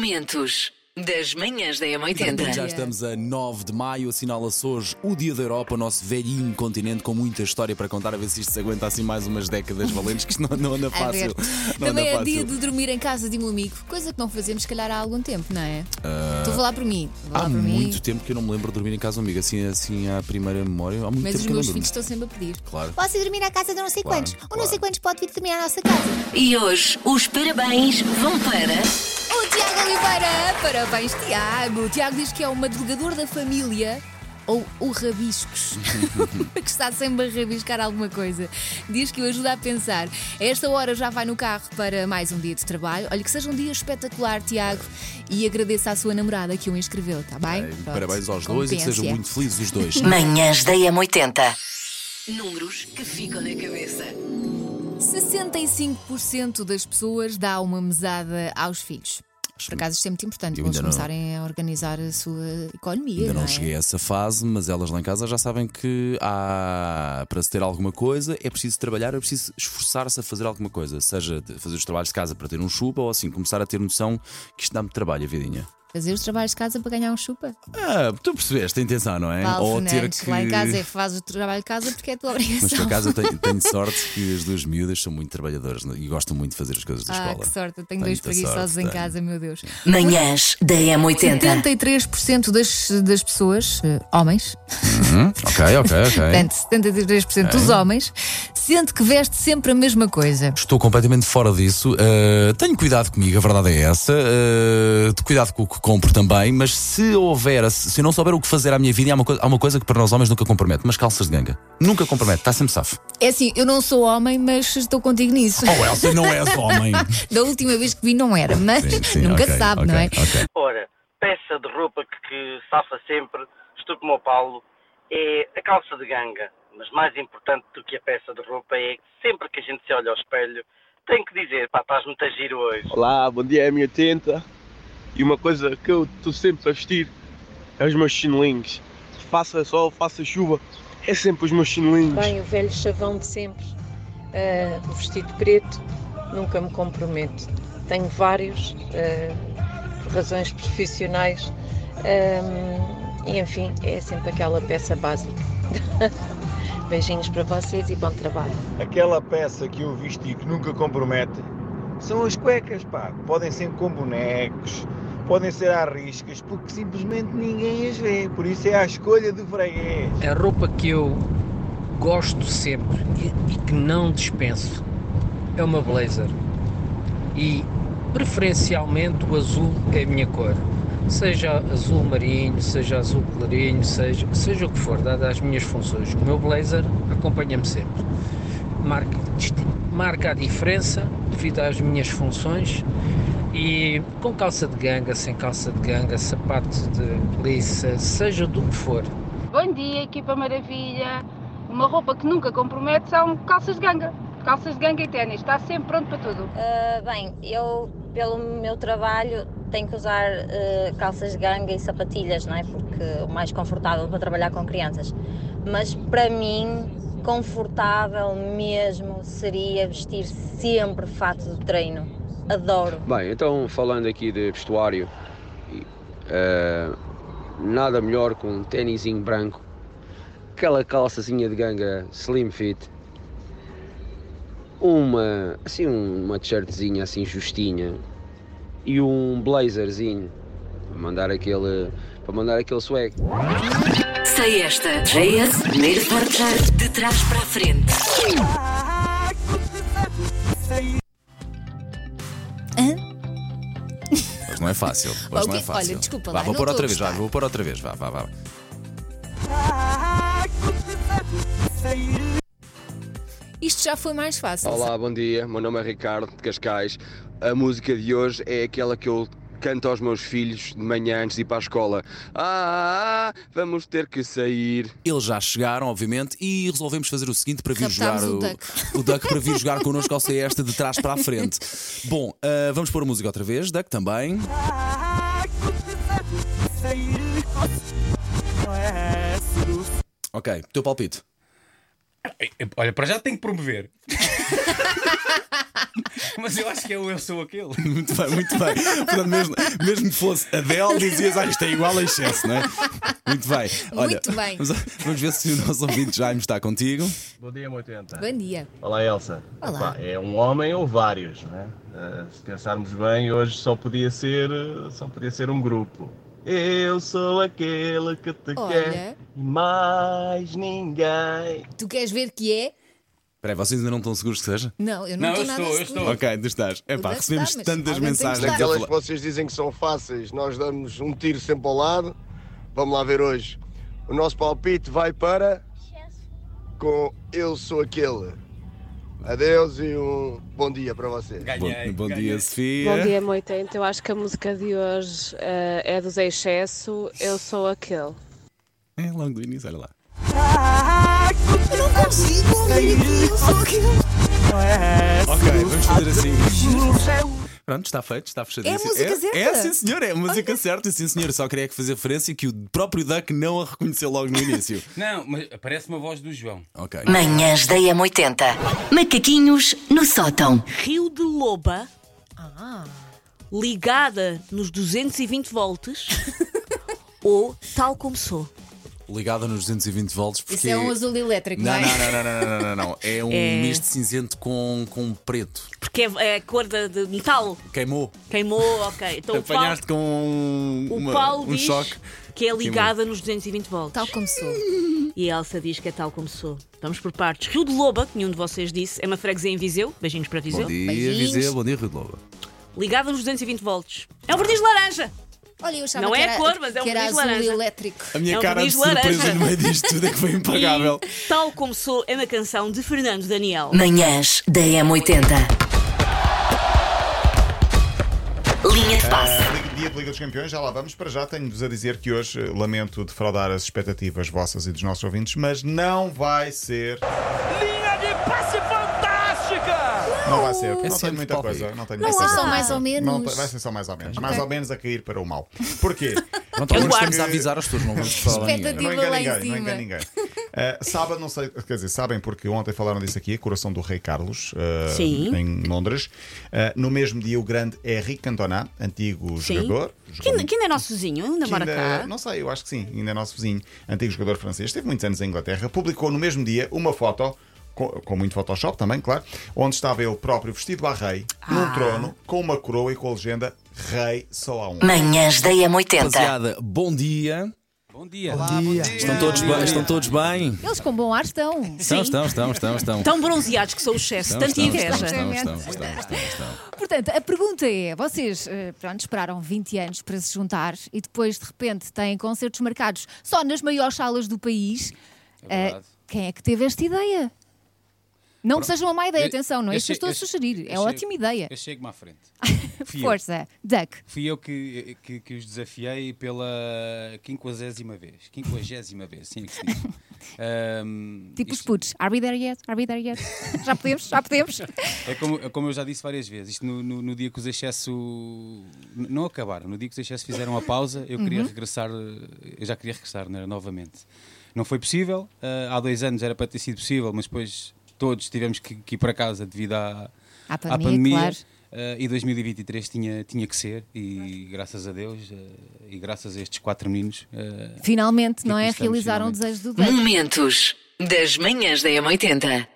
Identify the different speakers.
Speaker 1: Momentos das manhãs da
Speaker 2: Já
Speaker 1: M80.
Speaker 2: estamos a 9 de maio, assinala-se hoje o Dia da Europa, o nosso velhinho continente com muita história para contar, a ver se isto se aguenta assim mais umas décadas valentes, que isto não, não anda
Speaker 3: A
Speaker 2: fácil.
Speaker 3: ver.
Speaker 2: Não
Speaker 3: É Também
Speaker 2: anda
Speaker 3: é
Speaker 2: fácil.
Speaker 3: dia de dormir em casa de um amigo, coisa que não fazemos, se calhar, há algum tempo, não é? Estou a falar por mim. Vou falar
Speaker 2: Ah, Há
Speaker 3: por
Speaker 2: muito
Speaker 3: mim.
Speaker 2: tempo que eu não me lembro de dormir em casa, amigo, assim, assim à primeira memória. Há muito
Speaker 3: Mas
Speaker 2: tempo
Speaker 3: os
Speaker 2: que eu não
Speaker 3: meus
Speaker 2: durmo.
Speaker 3: filhos estão sempre a pedir.
Speaker 2: Claro.
Speaker 3: Posso ir dormir à casa de não sei
Speaker 2: Claro,
Speaker 3: quantos? Ou não sei
Speaker 2: claro.
Speaker 3: quantos pode vir dormir à nossa casa?
Speaker 1: E hoje os parabéns vão para.
Speaker 3: O Tiago Oliveira! Parabéns, Tiago! O Tiago diz que é o madrugador da família. Ou o rabiscos, que está sempre a rabiscar alguma coisa. Diz que o ajuda a pensar. A Esta hora já vai no carro para mais um dia de trabalho. Olha, que seja um dia espetacular, Tiago. E agradeça à sua namorada que o inscreveu, está bem?
Speaker 2: Eh,
Speaker 3: Pronto.
Speaker 2: Parabéns aos dois e que sejam
Speaker 3: Compensa.
Speaker 2: muito felizes os dois.
Speaker 1: Manhãs da M80. Números que ficam na cabeça.
Speaker 3: 65% das pessoas dá uma mesada aos filhos. Por acaso isto é muito importante
Speaker 2: Eu
Speaker 3: para eles
Speaker 2: ainda não-
Speaker 3: começarem a organizar a sua economia.
Speaker 2: Ainda não,
Speaker 3: é?
Speaker 2: cheguei a essa fase, mas elas lá em casa já sabem que há, para se ter alguma coisa é preciso trabalhar, é preciso esforçar-se a fazer alguma coisa, seja de fazer os trabalhos de casa para ter um chupa ou assim, começar a ter noção que isto dá-me trabalho, a vidinha.
Speaker 3: Fazer os trabalhos de casa para ganhar um chupa.
Speaker 2: Ah, tu percebeste a intenção, não é?
Speaker 3: Paulo
Speaker 2: ou ter
Speaker 3: Fernandes,
Speaker 2: que.
Speaker 3: lá em casa é que faz o trabalho de casa porque é a tua obrigação.
Speaker 2: Mas por acaso eu tenho, tenho sorte que as duas miúdas são muito trabalhadoras né, e gostam muito de fazer as coisas da
Speaker 3: Ah,
Speaker 2: escola.
Speaker 3: que sorte, eu tenho dois
Speaker 2: Tanta sorte,
Speaker 3: preguiçosos em
Speaker 2: tenho.
Speaker 3: casa, meu Deus.
Speaker 1: Manhãs da M80.
Speaker 3: 73% das, das pessoas, eh, homens,
Speaker 2: Hum, ok, ok, ok.
Speaker 3: portanto, 73% dos homens, sente que veste sempre a mesma coisa.
Speaker 2: Estou completamente fora disso. Uh, tenho cuidado comigo, a verdade é essa. Uh, de cuidado com o que compro também. Mas se houver, se eu não souber o que fazer à minha vida, há uma, coisa, há uma coisa que para nós homens nunca compromete: mas calças de ganga. Nunca compromete, está sempre safo.
Speaker 3: É assim, eu não sou homem, mas estou contigo nisso.
Speaker 2: Oh, Elsa, não és homem.
Speaker 3: Da última vez que vi não era, mas
Speaker 2: Sim, sim,
Speaker 3: nunca
Speaker 2: ok,
Speaker 3: se sabe,
Speaker 2: ok,
Speaker 3: não é?
Speaker 2: ok.
Speaker 4: Ora, peça de roupa que, que safa sempre, estou como o Paulo, é a calça de ganga. Mas mais importante do que a peça de roupa é que sempre que a gente se olha ao espelho, tem que dizer, pá, estás muito a giro hoje.
Speaker 5: Olá, bom dia, M80. E uma coisa que eu estou sempre a vestir é os meus chinelinhos. Faça sol, faça chuva, é sempre os meus chinelinhos.
Speaker 6: Bem, o velho chavão de sempre, ah, o vestido preto, nunca me comprometo. Tenho vários, ah, por razões profissionais, ahm, e enfim, é sempre aquela peça básica. Beijinhos para vocês e bom trabalho.
Speaker 7: aquela peça que eu vesti que nunca compromete são as cuecas, pá. Podem ser com bonecos, podem ser à riscas, porque simplesmente ninguém as vê. Por isso é a escolha do freguês.
Speaker 8: É.
Speaker 9: a roupa que eu gosto sempre e, e que não dispenso é uma blazer. E preferencialmente o azul é a minha cor. Seja azul marinho, seja azul clarinho, seja, seja o que for, dada as minhas funções. O meu blazer acompanha-me sempre. Marca, disti- marca a diferença devido às minhas funções e com calça de ganga, sem calça de ganga, sapato de liça, seja do que for.
Speaker 10: Bom dia, equipa maravilha. Uma roupa que nunca compromete são calças de ganga. Calças de ganga e ténis, está sempre pronto para tudo.
Speaker 11: Ah, bem, eu, pelo meu trabalho, tenho que usar eh, calças de ganga e sapatilhas, não é? Porque é o mais confortável para trabalhar com crianças. Mas para mim, confortável mesmo seria vestir sempre fato de treino. Adoro.
Speaker 12: Bem, então falando aqui de vestuário, e, eh, nada melhor que um tênisinho branco, aquela calçazinha de ganga slim fit, uma assim uma t-shirtzinha assim justinha e um blazerzinho para mandar aquele para mandar aquele swag.
Speaker 1: Sei esta. JS, primeiro forjar de trás para a frente.
Speaker 2: Mas não é fácil. Hoje
Speaker 3: Olha,
Speaker 2: não é
Speaker 3: olha,
Speaker 2: fácil.
Speaker 3: desculpa
Speaker 2: vá,
Speaker 3: lá,
Speaker 2: vou
Speaker 3: não
Speaker 2: pôr
Speaker 3: estou a
Speaker 2: outra vez, vá,
Speaker 3: gostar.
Speaker 2: vou pôr outra vez, vá, vá, vá.
Speaker 3: Isto já foi mais fácil.
Speaker 12: Olá, bom dia. Meu nome é Ricardo de Cascais. A música de hoje é aquela que eu canto aos meus filhos de manhã antes de ir para a escola. Ah, vamos ter que sair.
Speaker 2: Eles já chegaram, obviamente, e resolvemos fazer o seguinte para vir
Speaker 3: Raptámos
Speaker 2: jogar
Speaker 3: o Duck.
Speaker 2: o Duck para vir jogar connosco ao Sei esta de trás para a frente. Bom, ah, vamos pôr a música outra vez, Duck também. Ok, teu palpite.
Speaker 13: É, Olha, para já tenho que promover. Mas eu acho que é o eu sou aquele.
Speaker 2: Muito bem, muito bem. Portanto, mesmo, mesmo que fosse Adele, dizias, ah, isto é igual a excesso, não é? Muito bem. Olha,
Speaker 3: Muito bem.
Speaker 2: Vamos, vamos ver se o nosso ouvinte Jaime está contigo.
Speaker 14: Bom dia, 80.
Speaker 3: Bom dia.
Speaker 14: Olá, Elsa.
Speaker 3: Olá.
Speaker 14: Epá, é um homem ou vários, não é? Ah, se pensarmos bem, hoje só podia ser, eh, só podia ser um grupo. Eu sou aquele que te
Speaker 3: Olha.
Speaker 14: quer e mais ninguém.
Speaker 3: Tu queres ver que é?
Speaker 2: Espera aí, vocês ainda não estão seguros que seja?
Speaker 3: Não, eu não, estou nada segura.
Speaker 2: Ok, tu estás. Epá,
Speaker 3: Deve
Speaker 2: recebemos
Speaker 3: estar, mas
Speaker 2: tantas
Speaker 3: alguém tem que
Speaker 2: mensagens. a
Speaker 15: Aquelas
Speaker 2: falar-
Speaker 15: que vocês dizem que são fáceis, nós damos um tiro sempre ao lado. Vamos lá ver hoje. O nosso palpite vai para. Com Eu Sou Aquele. Adeus e um bom dia para vocês.
Speaker 2: Bom, bom dia, Sofia.
Speaker 16: Bom dia, Moitenta. Eu acho que a música de hoje eh, é dos Excesso. Eu sou aquele.
Speaker 2: É logo do início, olha lá.
Speaker 16: Eu não consigo
Speaker 2: Ok, vamos fazer assim. Pronto, está feito, está fechadíssimo.
Speaker 17: É a música certa.
Speaker 2: É, sim, senhor, é a música certa. Sim, senhor, só queria é que fazer referência que o próprio Duck não a reconheceu logo no início.
Speaker 13: Não, mas aparece uma voz do João.
Speaker 2: Ok.
Speaker 1: Manhãs da M80. Macaquinhos no sótão.
Speaker 8: Rio de Loba ligada nos 220 volts ou tal como sou.
Speaker 2: Ligada nos 220 volts, porque.
Speaker 3: Isso é um azul elétrico,
Speaker 2: Não,
Speaker 3: não, é?
Speaker 2: não, não, não, não, não, não, não. É um
Speaker 8: É.
Speaker 2: misto cinzento com, com preto.
Speaker 8: Porque é, é a cor de, de metal.
Speaker 2: Queimou.
Speaker 8: Queimou, ok. Então o Paulo,
Speaker 2: Apanhaste com
Speaker 8: o
Speaker 2: uma-
Speaker 8: Paulo
Speaker 2: um
Speaker 8: diz
Speaker 2: choque.
Speaker 8: que é
Speaker 2: Queimou.
Speaker 8: ligada nos 220 volts. Tal
Speaker 3: como sou.
Speaker 8: E a Elsa diz que é tal como sou. Vamos por partes. Rio de Loba, que nenhum de vocês disse, é uma freguesia em Viseu. Beijinhos para Viseu.
Speaker 2: um Bom dia, Viseu. Bom dia, Rio de Lobo.
Speaker 8: Ligada nos 220 volts. É o verniz laranja.
Speaker 3: Olha, eu achava
Speaker 8: Não
Speaker 3: que
Speaker 8: é
Speaker 3: era,
Speaker 8: a cor, mas é um
Speaker 3: que era
Speaker 8: verniz
Speaker 3: azul
Speaker 8: laranja.
Speaker 3: elétrico.
Speaker 2: A minha
Speaker 8: É um
Speaker 2: cara de
Speaker 8: verniz
Speaker 2: surpresa
Speaker 8: laranja.
Speaker 2: no meio disto tudo é que foi impagável.
Speaker 8: Tal como sou é uma canção de Fernando Daniel.
Speaker 1: Manhãs da M80. Linha de passe.
Speaker 18: Ah, Liga- dia de Liga dos Campeões, já lá vamos. Para já tenho-vos a dizer que hoje eh, lamento defraudar as expectativas vossas e dos nossos ouvintes, mas não vai ser.
Speaker 17: Linha de passe fantástica!
Speaker 18: Não vai ser.
Speaker 17: É
Speaker 18: não
Speaker 17: sempre
Speaker 18: tenho muita
Speaker 17: palpite.
Speaker 18: coisa. Não, tenho
Speaker 17: Não
Speaker 18: muita
Speaker 17: há.
Speaker 18: coisa.
Speaker 17: Só mais ou
Speaker 18: Não
Speaker 17: menos.
Speaker 18: te- vai ser só mais ou menos. Mais
Speaker 17: Ok.
Speaker 18: ou menos a cair para o mal. Porquê?
Speaker 2: Pronto, ao menos estamos a avisar as pessoas, não vamos falar a ninguém.
Speaker 18: Não
Speaker 2: Expectativa
Speaker 18: engana
Speaker 2: lá em
Speaker 18: ninguém. Não
Speaker 2: cima.
Speaker 18: engana ninguém. Eh, sábado, não sei, quer dizer, sabem porque ontem falaram disso aqui, Coração do Rei Carlos, eh,
Speaker 8: Sim.
Speaker 18: em Londres. Eh, no mesmo dia, o grande Henrique Cantona, antigo jogador,
Speaker 8: Que ainda, que ainda é nosso vizinho, ainda
Speaker 18: que
Speaker 8: mora
Speaker 18: ainda-
Speaker 8: cá.
Speaker 18: Não sei, eu acho que sim, ainda é nosso vizinho, antigo jogador francês, teve muitos anos em Inglaterra, publicou no mesmo dia uma foto. Com, com muito Photoshop também, claro, onde estava ele próprio vestido a rei,
Speaker 8: Ah.
Speaker 18: num trono, com uma coroa e com a legenda Rei só há um.
Speaker 1: Manhãs da M80.
Speaker 2: Rapaziada, bom dia.
Speaker 13: Bom dia.
Speaker 2: Estão todos bem? Estão todos bem?
Speaker 3: Eles com bom ar estão.
Speaker 2: Estão, estão, estão, estão, estão.
Speaker 8: Tão bronzeados que são os chefes,
Speaker 2: Estão,
Speaker 8: tanta
Speaker 2: estão, estão,
Speaker 8: inveja.
Speaker 2: estão, estão, estão, estão, estão.
Speaker 3: Portanto, a pergunta é: vocês eh, pronto, esperaram 20 anos para se juntar e depois de repente têm concertos marcados só nas maiores salas do país? Eh, quem é que teve esta ideia? Não que seja uma má ideia,
Speaker 13: Eu-
Speaker 3: atenção, não é
Speaker 13: eu
Speaker 3: isto que eu
Speaker 13: sei-
Speaker 3: estou a
Speaker 13: eu-
Speaker 3: sugerir. É
Speaker 13: eu sei-
Speaker 3: ótima ideia.
Speaker 13: Eu chego-me à frente. Fui eu.
Speaker 3: Força, Duck.
Speaker 13: Fui eu que, que, que os desafiei pela quinquagésima vez. Quinquagésima vez, sim. sim. Ahm,
Speaker 3: Tipo os
Speaker 13: isto-
Speaker 3: putos. Are we there yet? Are we there yet? já podemos? Já podemos?
Speaker 13: É como, é como eu já disse várias vezes, isto no, no- no dia que os excesso n- não acabaram, no dia que os excesso fizeram a pausa, eu queria
Speaker 19: Uhum.
Speaker 13: regressar, eh, eu já queria regressar não era? novamente. Não foi possível, ah, há dois anos era para ter sido possível, mas depois todos tivemos que, que ir para casa devido à,
Speaker 3: À pandemia, é claro.
Speaker 13: ah, e 2023 tinha, tinha que ser, e graças a Deus, ah, e graças a estes quatro meninos. ah,
Speaker 3: Finalmente, não
Speaker 13: aqui
Speaker 3: é?
Speaker 13: estamos,
Speaker 3: Realizaram o
Speaker 13: finalmente.
Speaker 3: desejo do Duck.
Speaker 1: Momentos das manhãs da M80.